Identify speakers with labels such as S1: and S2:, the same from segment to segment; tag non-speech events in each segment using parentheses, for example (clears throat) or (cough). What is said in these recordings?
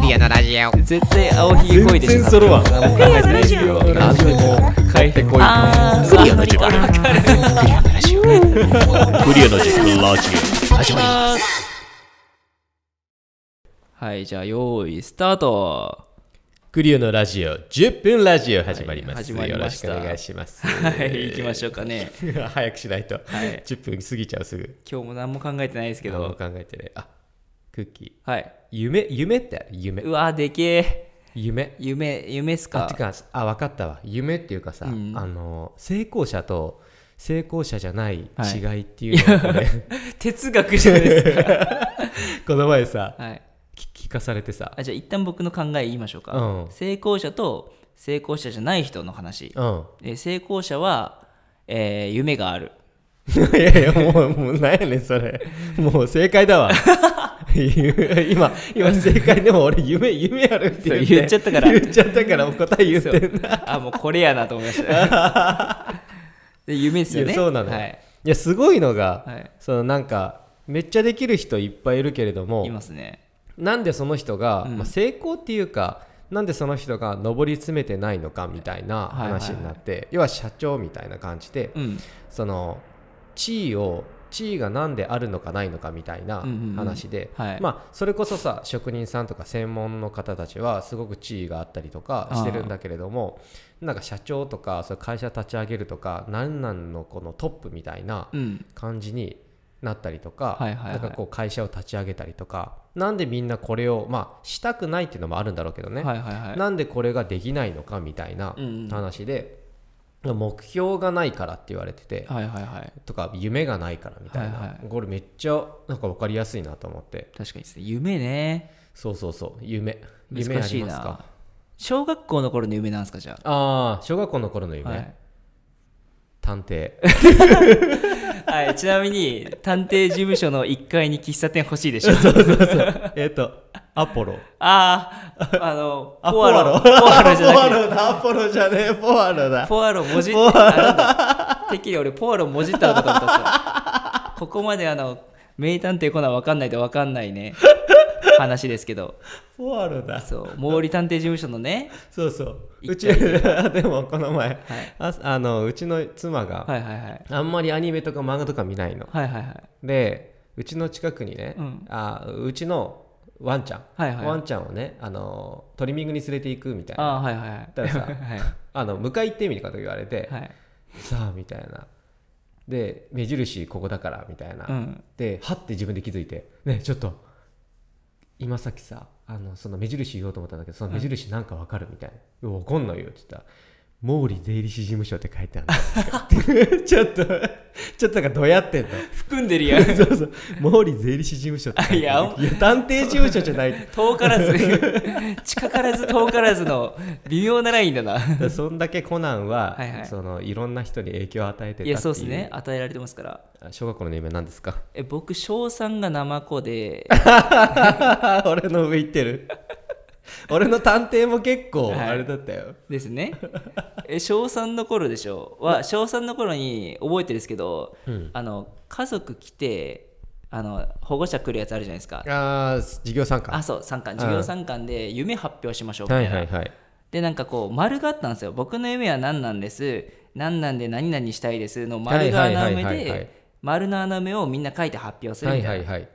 S1: リアのラジオ
S2: 絶対青ひげこいでしょ
S3: 全然揃わん
S2: 多分考えてないですけど
S3: ラジオ
S2: 書いてこい
S1: あー
S2: ク
S1: ク
S2: リ
S1: リ
S2: ア
S1: ア
S2: の
S1: の
S2: 時
S1: 時
S2: 間
S1: 間
S3: クリアの実況ラジ
S1: 始まります
S2: はいじゃあ用意スタート
S3: オクリオのラジオ10分ラジオ始まります、
S2: はい始まり
S3: よ
S2: ま
S3: ろ
S2: し
S3: したくお願いします (laughs)
S2: はい行きましょうかね
S3: 早くしないと、
S2: はい
S3: 10分過ぎちゃうすぐ
S2: 今日も何も考えてないですけ
S3: けど
S2: ど
S3: 考えてねあクッキー
S2: はい
S3: 夢夢ってある夢
S2: うわでけえ
S3: 夢
S2: 夢夢っす
S3: あ
S2: か
S3: てかあ分かったわ夢っていうかさ、
S2: うん
S3: あの成功者と成功者じゃない
S2: はい
S3: 違いっていうのをこ
S2: (laughs)
S3: れ、
S2: 哲学じゃないですか
S3: この前さ
S2: (laughs) はい
S3: 聞聞かされてさ
S2: あじゃあ一旦僕の考え言いましょうか、
S3: うん
S2: 成功者と成功者じゃない人の話、
S3: うん
S2: えー成功者は、えー夢がある
S3: (laughs) いやいや、もう、もう、なんやねん、それ。もう、正解だわ。 (laughs) 今、今、正解でも俺、夢、夢あるって言
S2: そう言っちゃったから
S3: 言っちゃったから、もう答え言ってんな。
S2: あもうこれやなと思いました
S3: (laughs)
S2: で夢ですよ
S3: い
S2: ね
S3: やそうなのよ、
S2: はいい、、
S3: や、すごいのが、
S2: はい
S3: その、なんか、めっちゃできる人いっぱいいるけれど
S2: い
S3: も、
S2: ますね
S3: なんでその人が、
S2: うん
S3: まあ、成功っていうか、なんでその人が上り詰めてないのかみたいな話になって、要は社長みたいな感じで、
S2: うん
S3: その地位を地位が何であるのかないのかみたいな
S2: うんうんうん
S3: 話で、
S2: はい
S3: まあ、それこそさ職人さんとか専門の方たちはすごく地位があったりとかしてるんだけれどもなんか社長とかそういう会社立ち上げるとか何なんのこのトップみたいな
S2: うん
S3: 感じになったりとか、
S2: はいはいはい
S3: なんかこう会社を立ち上げたりとかなんでみんなこれを、まあ、したくないっていうのもあるんだろうけどね、
S2: はいはいはい
S3: なんでこれができないのかみたいな
S2: うんうん
S3: 話で、目標がないからって言われてて、
S2: はいはいはい
S3: とか夢がないからみたいな、
S2: はいはい
S3: これめっちゃなんか分かりやすいなと思って
S2: 確かにですね夢ね
S3: そうそうそう夢夢
S2: 難
S3: あ
S2: し
S3: り
S2: い
S3: ます
S2: な
S3: か
S2: 小学校の頃の夢なんですかじゃ
S3: ああ小学校の頃の
S2: あ、
S3: 夢、
S2: はい
S3: 探偵
S2: はい、ちなみに探偵事務所の1階に喫茶店欲しいでしょ
S3: (laughs) えっとアポロ
S2: ああ、あの、
S3: あ
S2: ポアロ。
S3: ポ
S2: ポアロじゃ
S3: ポ
S2: な
S3: ア
S2: くて、
S3: ロだアポロじゃねえポアロだ
S2: ポアロ文字って、あなんだてっきり俺、ポアロ文字ったのかと思ったんですよ。ここまであの、名探偵コナン分かんないと分かんないね、話ですけど、
S3: ポアロだ
S2: そう、毛利探偵事務所のね、
S3: そうそううち (laughs)
S2: 一
S3: でもこの前、
S2: い
S3: ああのうちの妻が、
S2: はいはいはい。
S3: あんまりアニメとか漫画とか見ないの
S2: はいはいはい。
S3: でうちの近くにね、
S2: うん
S3: あうちのワンちゃん、
S2: はいはい
S3: ワンちゃんをねあのトリミングに連れて行くみたい
S2: あ
S3: な
S2: あ、はいはいはい。
S3: だからさ
S2: はい
S3: あの迎え行ってみるかと言われて、
S2: はい。
S3: さあみたいなで目印ここだからみたいな、
S2: うん。
S3: ではって自分で気づいてねちょっと今さっきさあのその目印言おうと思ったんだけどその目印なんかわかるみたいな「わかんないよ」って言ったら「毛利税理士事務所」って書いて
S2: (laughs)
S3: あるちょっとちょっとなんかどうやってんの
S2: 含んでるやん。
S3: そうそう毛利税理士事務所って書てある
S2: あいや
S3: いや探偵事務所じゃないだか
S2: 遠からず、近からず遠からずの微妙なラインだな。
S3: らそんだけコナンは
S2: はいはい
S3: そのいろんな人に影響を与えてたって
S2: い
S3: いう
S2: や、そうですね。与えられてますから。
S3: あ小学校の夢なんですか
S2: え僕小3がナマコで
S3: (laughs) 俺の上行ってる (laughs) 俺の探偵も結構
S2: はい
S3: あれだったよ、
S2: です
S3: (laughs)
S2: ねえ小3の頃でしょは小3の頃に覚えてるんですけど、
S3: うん
S2: あの家族来てあの保護者来るやつあるじゃないですか
S3: ああ授業参
S2: あ
S3: 加
S2: そう3巻
S3: ん
S2: 授業3巻で夢発表しましょうみ
S3: は
S2: たい
S3: い
S2: な、
S3: はいはい
S2: でなんかこう丸があったんですよ僕の夢は何なんです何なんで何々したいですの丸が穴埋
S3: は
S2: め
S3: いはいはいはいはい
S2: で丸の穴埋めをみんな書いて発表する
S3: は
S2: みたい
S3: い
S2: な、
S3: はいはい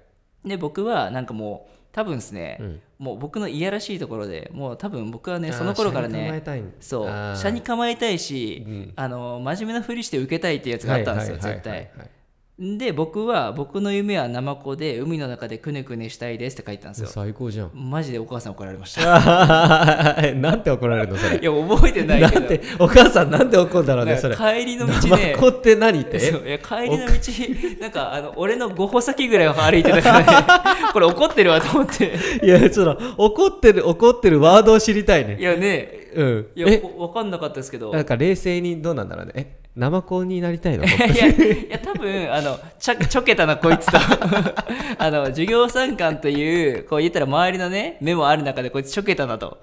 S2: で僕はなんかもう多分ですね、
S3: うん
S2: もう僕のいやらしいところでもう多分僕はね
S3: あー
S2: その頃から
S3: 車に構え
S2: ね
S3: たいん
S2: そう
S3: あー
S2: 車に構えたいし、
S3: うん
S2: あの真面目なふりして受けたいってやつがあったんですよ、
S3: はいはいはい
S2: 絶対
S3: はい
S2: で僕は僕の夢はナマコで海の中でくねくねしたいですって書いてたんですよ
S3: 最高じゃん (laughs)
S2: マジでお母さん怒られました (laughs)
S3: えなんて怒られるのそれ
S2: いや覚えてないけ
S3: な
S2: ど
S3: んてお母さんなんて怒るんだろうね
S2: なん
S3: それ
S2: か帰りの道で、
S3: こって何って
S2: そういや帰りの道なんかあの俺の5歩先ぐらいを歩いてたからね (laughs) これ怒ってるわと思って
S3: いや、ちょっと、怒ってる、怒ってるワードを知りたい
S2: い
S3: ね。
S2: やね
S3: うん。
S2: いや
S3: え、
S2: 分かんなかったですけど
S3: なんか冷静にどうなんだろうね。え、生子になりたいの
S2: いやいや多分あのちゃちょけたなこいつと (laughs) あの授業参観というこう言ったら周りのね目もある中でこいつちょけたなと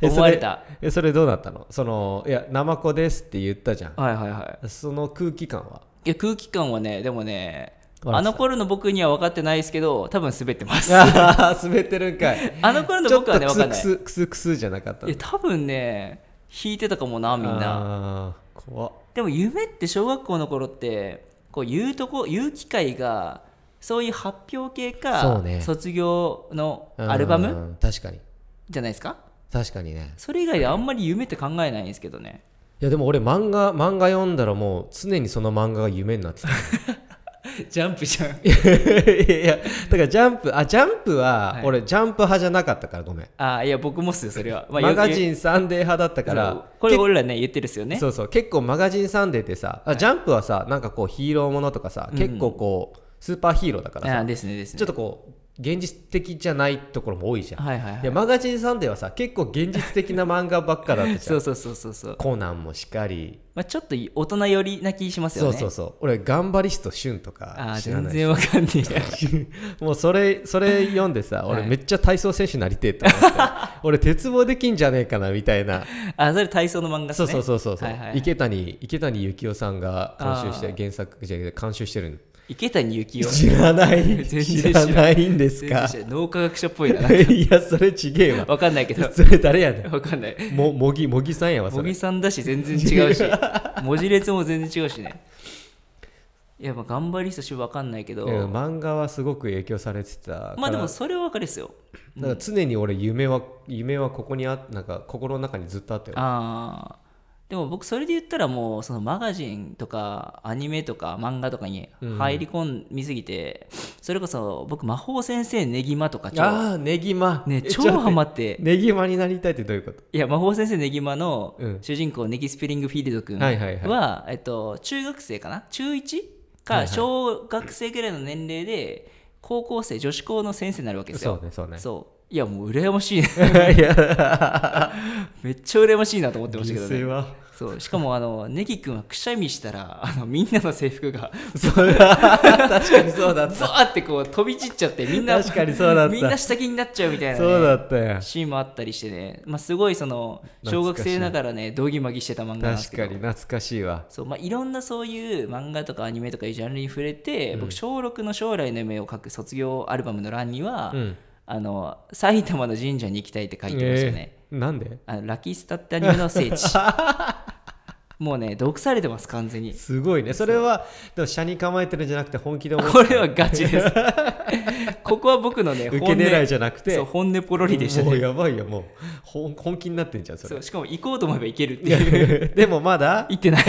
S3: えそ
S2: 思われた
S3: え、それどうなったのその、いや、生子ですって言ったじゃん。
S2: はいはいは (laughs)
S3: その空気感は
S2: い
S3: い
S2: や空気感はねでもねあの頃の僕には分かってないですけど多分滑ってます (laughs) あ
S3: あー滑ってるんかい
S2: の頃の
S3: ちょっ
S2: 僕
S3: と
S2: はね
S3: ク
S2: 分か
S3: ス
S2: ん
S3: ク
S2: ない
S3: スクスクスじゃなかった
S2: いや多分ね弾いてたかもなみんな
S3: な怖っ
S2: でも夢って小学校の頃ってこう言うとこ言う機会がそういう発表系
S3: そう
S2: か、
S3: ね
S2: 卒業のアルバ
S3: う
S2: ム
S3: ん確かに
S2: じゃないですか
S3: 確かにね
S2: それ以外であんまり夢って考えないんですけどね
S3: いやでも俺漫画漫画読んだらもう常にその漫画が夢になって
S2: (laughs)
S3: た
S2: ジャンプじゃん
S3: いやいやだからジャンプあジャンプは
S2: はい
S3: 俺ジャンプ派じゃなかったからごめん、
S2: あいや僕もっすよそ
S3: (laughs)
S2: れは、
S3: マガジ
S2: ン
S3: ンサンデー派だったから
S2: これ俺らね言ってるっすよね
S3: そうそう結構マガジンサンデーってさ、あジャンプはさなんかこうヒーローものとかさ、
S2: うん
S3: 結構こうスーパーヒーローだからさ、
S2: あですねですね
S3: ちょっとこう現実的じゃないところも多いじゃん、
S2: はいはい
S3: い、
S2: はい
S3: やマガジンサンデーはさ結構現実的な漫画ばっかだった
S2: (laughs)
S3: じゃ
S2: そ
S3: ん
S2: うそうそうそうそう、
S3: コナンもしっかり、
S2: まあ、ちょっと大人寄りな気しますよ
S3: そう
S2: ね
S3: そうそう俺頑張りストシュンと
S2: あ
S3: か
S2: ー
S3: 知ら
S2: 全
S3: ない
S2: 然わかんねえ
S3: (laughs)
S2: や
S3: もうそれそれ読んで
S2: (laughs)
S3: さ
S2: はい
S3: 俺めっちゃ体操選手になりてえと思って
S2: (laughs)
S3: 俺鉄棒できんじゃねえかなみたいな
S2: あ (laughs) それ体操の漫画っす
S3: そう
S2: ね
S3: そうそうそう、
S2: はいはいはい
S3: 池谷池谷幸雄さんが監修して
S2: あー
S3: 原作じゃ監修してるん
S2: 池谷幸雄
S3: 知らない
S2: 全然
S3: 知
S2: 知
S3: ら
S2: ら
S3: な
S2: ない
S3: んです
S2: 全
S3: か
S2: 然知らない脳科学者っぽ
S3: (laughs)
S2: いな
S3: いやそれちげえ
S2: (laughs)
S3: わ
S2: わかんないけど
S3: それ誰やね
S2: わかんない
S3: んももぎもぎさんやわそ
S2: 茂
S3: れ
S2: 木さんだし全然違う
S3: (laughs)
S2: し文字列も全然違うしねいやまあ頑張りしたしわかんないけど、
S3: うん漫画はすごく影響されてたから
S2: まあでもそれはわかるですよ
S3: だから常に俺夢は夢はここにあなんか心の中にずっとあったよ
S2: ああでも僕それで言ったらもうそのマガジンとかアニメとか漫画とかに入り込みすぎて、それこそ僕魔法先生ねぎまとか超,、
S3: あーねぎま
S2: ね、
S3: え
S2: 超
S3: ちょっと
S2: ハマって
S3: ねぎまになりたいってどういうこと
S2: いや魔法先生ねぎまの
S3: うん
S2: 主人公ネギスペリングフィールド君
S3: はいはいはい
S2: は、えっと、中学生かな中 1?
S3: はいは
S2: か
S3: い
S2: 小学生ぐらいの年齢で高校生女子校の先生になるわけですよ
S3: そうねそうね
S2: そういやもう羨ましいね
S3: (laughs) いや
S2: (laughs) めっちゃ羨ましいなと思ってましたけどね
S3: 犠牲は
S2: そうしかもあのネギ君はくしゃみしたらあのみんなの制服が (laughs)
S3: それは確かにそうだっ
S2: ザーってこう飛び散っちゃってみんな
S3: 確かにそうだった
S2: みんな下着になっちゃうみたい
S3: た
S2: な、ね、
S3: そうだったよ
S2: シーンもあったりしてね、まあ、すごいその小学生ながらねどぎまぎしてた漫画なんです
S3: 確
S2: け
S3: か
S2: ど
S3: に懐かしいわ
S2: そうまあ、いろんなそういう漫画とかアニメとかいうジャンルに触れて、僕小6の将来の夢を書く卒業アルバムの欄には、
S3: うん
S2: あの埼玉の神社に行きたいって書いてましたよね、
S3: えーなんで
S2: あのラキスタってアニメの聖地
S3: (laughs)
S2: もうね毒されてます完全に
S3: すごいねそれはでも車に構えてるんじゃなくて本気で思っ
S2: これはガチですここは僕のね
S3: 受け
S2: 本音
S3: 狙いじゃなくて
S2: そう本音ポロリでした
S3: もう
S2: ね
S3: やばいよもう本本気になってんじゃんそれ
S2: そうしかも行こうと思えば行けるって
S3: い
S2: いう
S3: やでもまだ
S2: 行ってな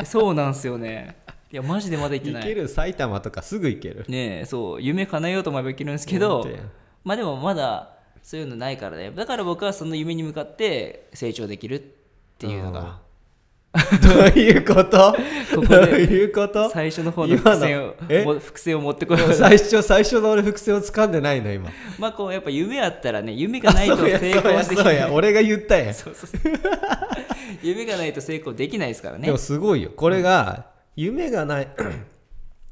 S2: い (laughs) そうなんすよねいやマジでまだ行って
S3: 行
S2: な
S3: け
S2: い
S3: る埼玉とかすぐ行ける
S2: ねえそう夢叶えようと思えば行けるんですけど
S3: 本当や
S2: まあでもまだそういうのないからねだから僕はその夢に向かって成長できるっていうのが
S3: うんどういうこと
S2: ここで
S3: どういうこと
S2: 最初の方の伏線を
S3: 今のえ
S2: も伏線を持ってこよ
S3: (laughs)
S2: う
S3: 最初最初の俺伏線を掴んでないの今
S2: (laughs) まあこうやっぱ夢あったらね夢がないと
S3: そうや
S2: 成功
S3: そ
S2: で
S3: う
S2: き
S3: や
S2: な
S3: そう
S2: い
S3: や俺が言ったやん
S2: そうそうそう (laughs) 夢がないと成功できないですから
S3: で
S2: ね
S3: もすごいよこれが夢が
S2: (clears throat)
S3: ない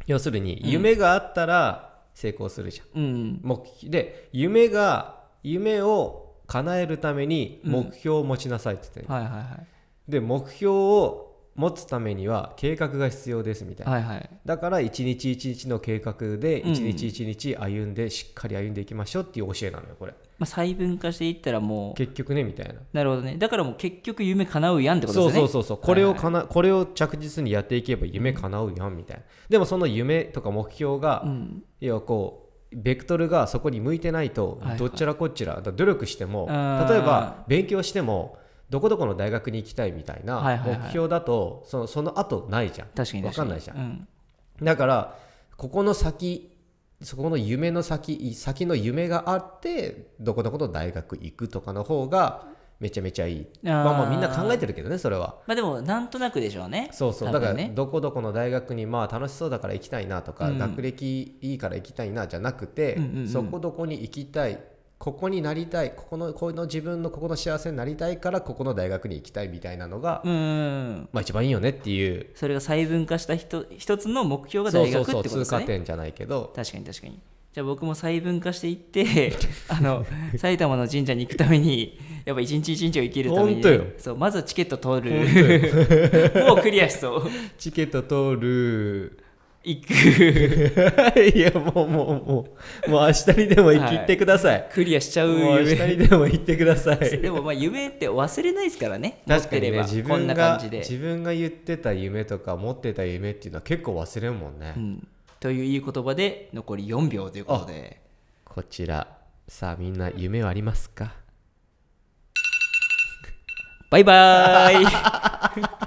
S3: 要するに夢があったら成功するじゃん
S2: うん
S3: 目標で夢が夢を叶えるために目標を持ちなさいって言ってる、
S2: はいはいはい
S3: で目標を持つためには計画が必要ですみたいな
S2: はいはい
S3: だから一日一日の計画で
S2: うん
S3: 一日一日歩んでしっかり歩んでいきましょうっていう教えなのよこれ
S2: まあ細分化していったらもう
S3: 結局ねみたいな
S2: なるほどねだからもう結局夢叶うやんってことで
S3: そう
S2: すよ
S3: そ
S2: ね
S3: うそうそうこれを
S2: はい
S3: かなこれを着実にやっていけば夢叶うやんみたいなでもその夢とか目標が
S2: うん
S3: 要はこうベクトルがそこに向いてないと
S2: はいはい
S3: どっちらこっちらだから努力しても
S2: あー
S3: 例えば勉強してもどこどこの大学に行きたいみたい
S2: はい
S3: な
S2: はいはい
S3: 目標だとそのその後ないじゃん
S2: 確かに確かに
S3: わかんないじゃん
S2: うん
S3: だからここの先そこの夢の先先の夢があってどこどこの大学行くとかの方がめちゃめちゃいい
S2: あー
S3: まあまあみんな考えてるけどねそれは
S2: まあでもなんとなくでしょうね
S3: そうそう、
S2: 多
S3: だから
S2: 分ね
S3: どこどこの大学にまあ楽しそうだから行きたいなとか、
S2: うん
S3: 学歴いいから行きたいなじゃなくて、
S2: うんうんうん
S3: そこどこに行きたいここになりたいここのこの自分のここの幸せになりたいからここの大学に行きたいみたいなのが、
S2: うーん
S3: まあ一番いいよねっていう
S2: それが細分化した一一つの目標が
S3: そう
S2: 大
S3: そ
S2: 学
S3: う
S2: って
S3: そ
S2: ことで
S3: う通
S2: すね
S3: 過点じゃないけど
S2: 確かに確かにじゃあ僕も細分化していって (laughs) あの埼玉の神社に行くためにやっぱ一日一日を生きるため
S3: 本
S2: に
S3: 当よ
S2: そうまずはチケット取るもうクリアしそう
S3: チケット取る (laughs)
S2: 行く
S3: いやもうもうもうもう明日にでも行きってください、
S2: クリアしちゃ
S3: も
S2: う
S3: う明日
S2: 夢
S3: にでも行ってください
S2: でもまあ夢って忘れないですからね持っ
S3: 確か
S2: て
S3: に
S2: れ
S3: ね
S2: ば
S3: 自
S2: こん
S3: 分
S2: な感
S3: が
S2: じで、
S3: 自分が言ってた夢とか持ってた夢っていうのは結構忘れるもんね、
S2: うん、といういい言葉で残り4秒ということで
S3: こちらさあみんな夢はありますか
S2: バイバーイ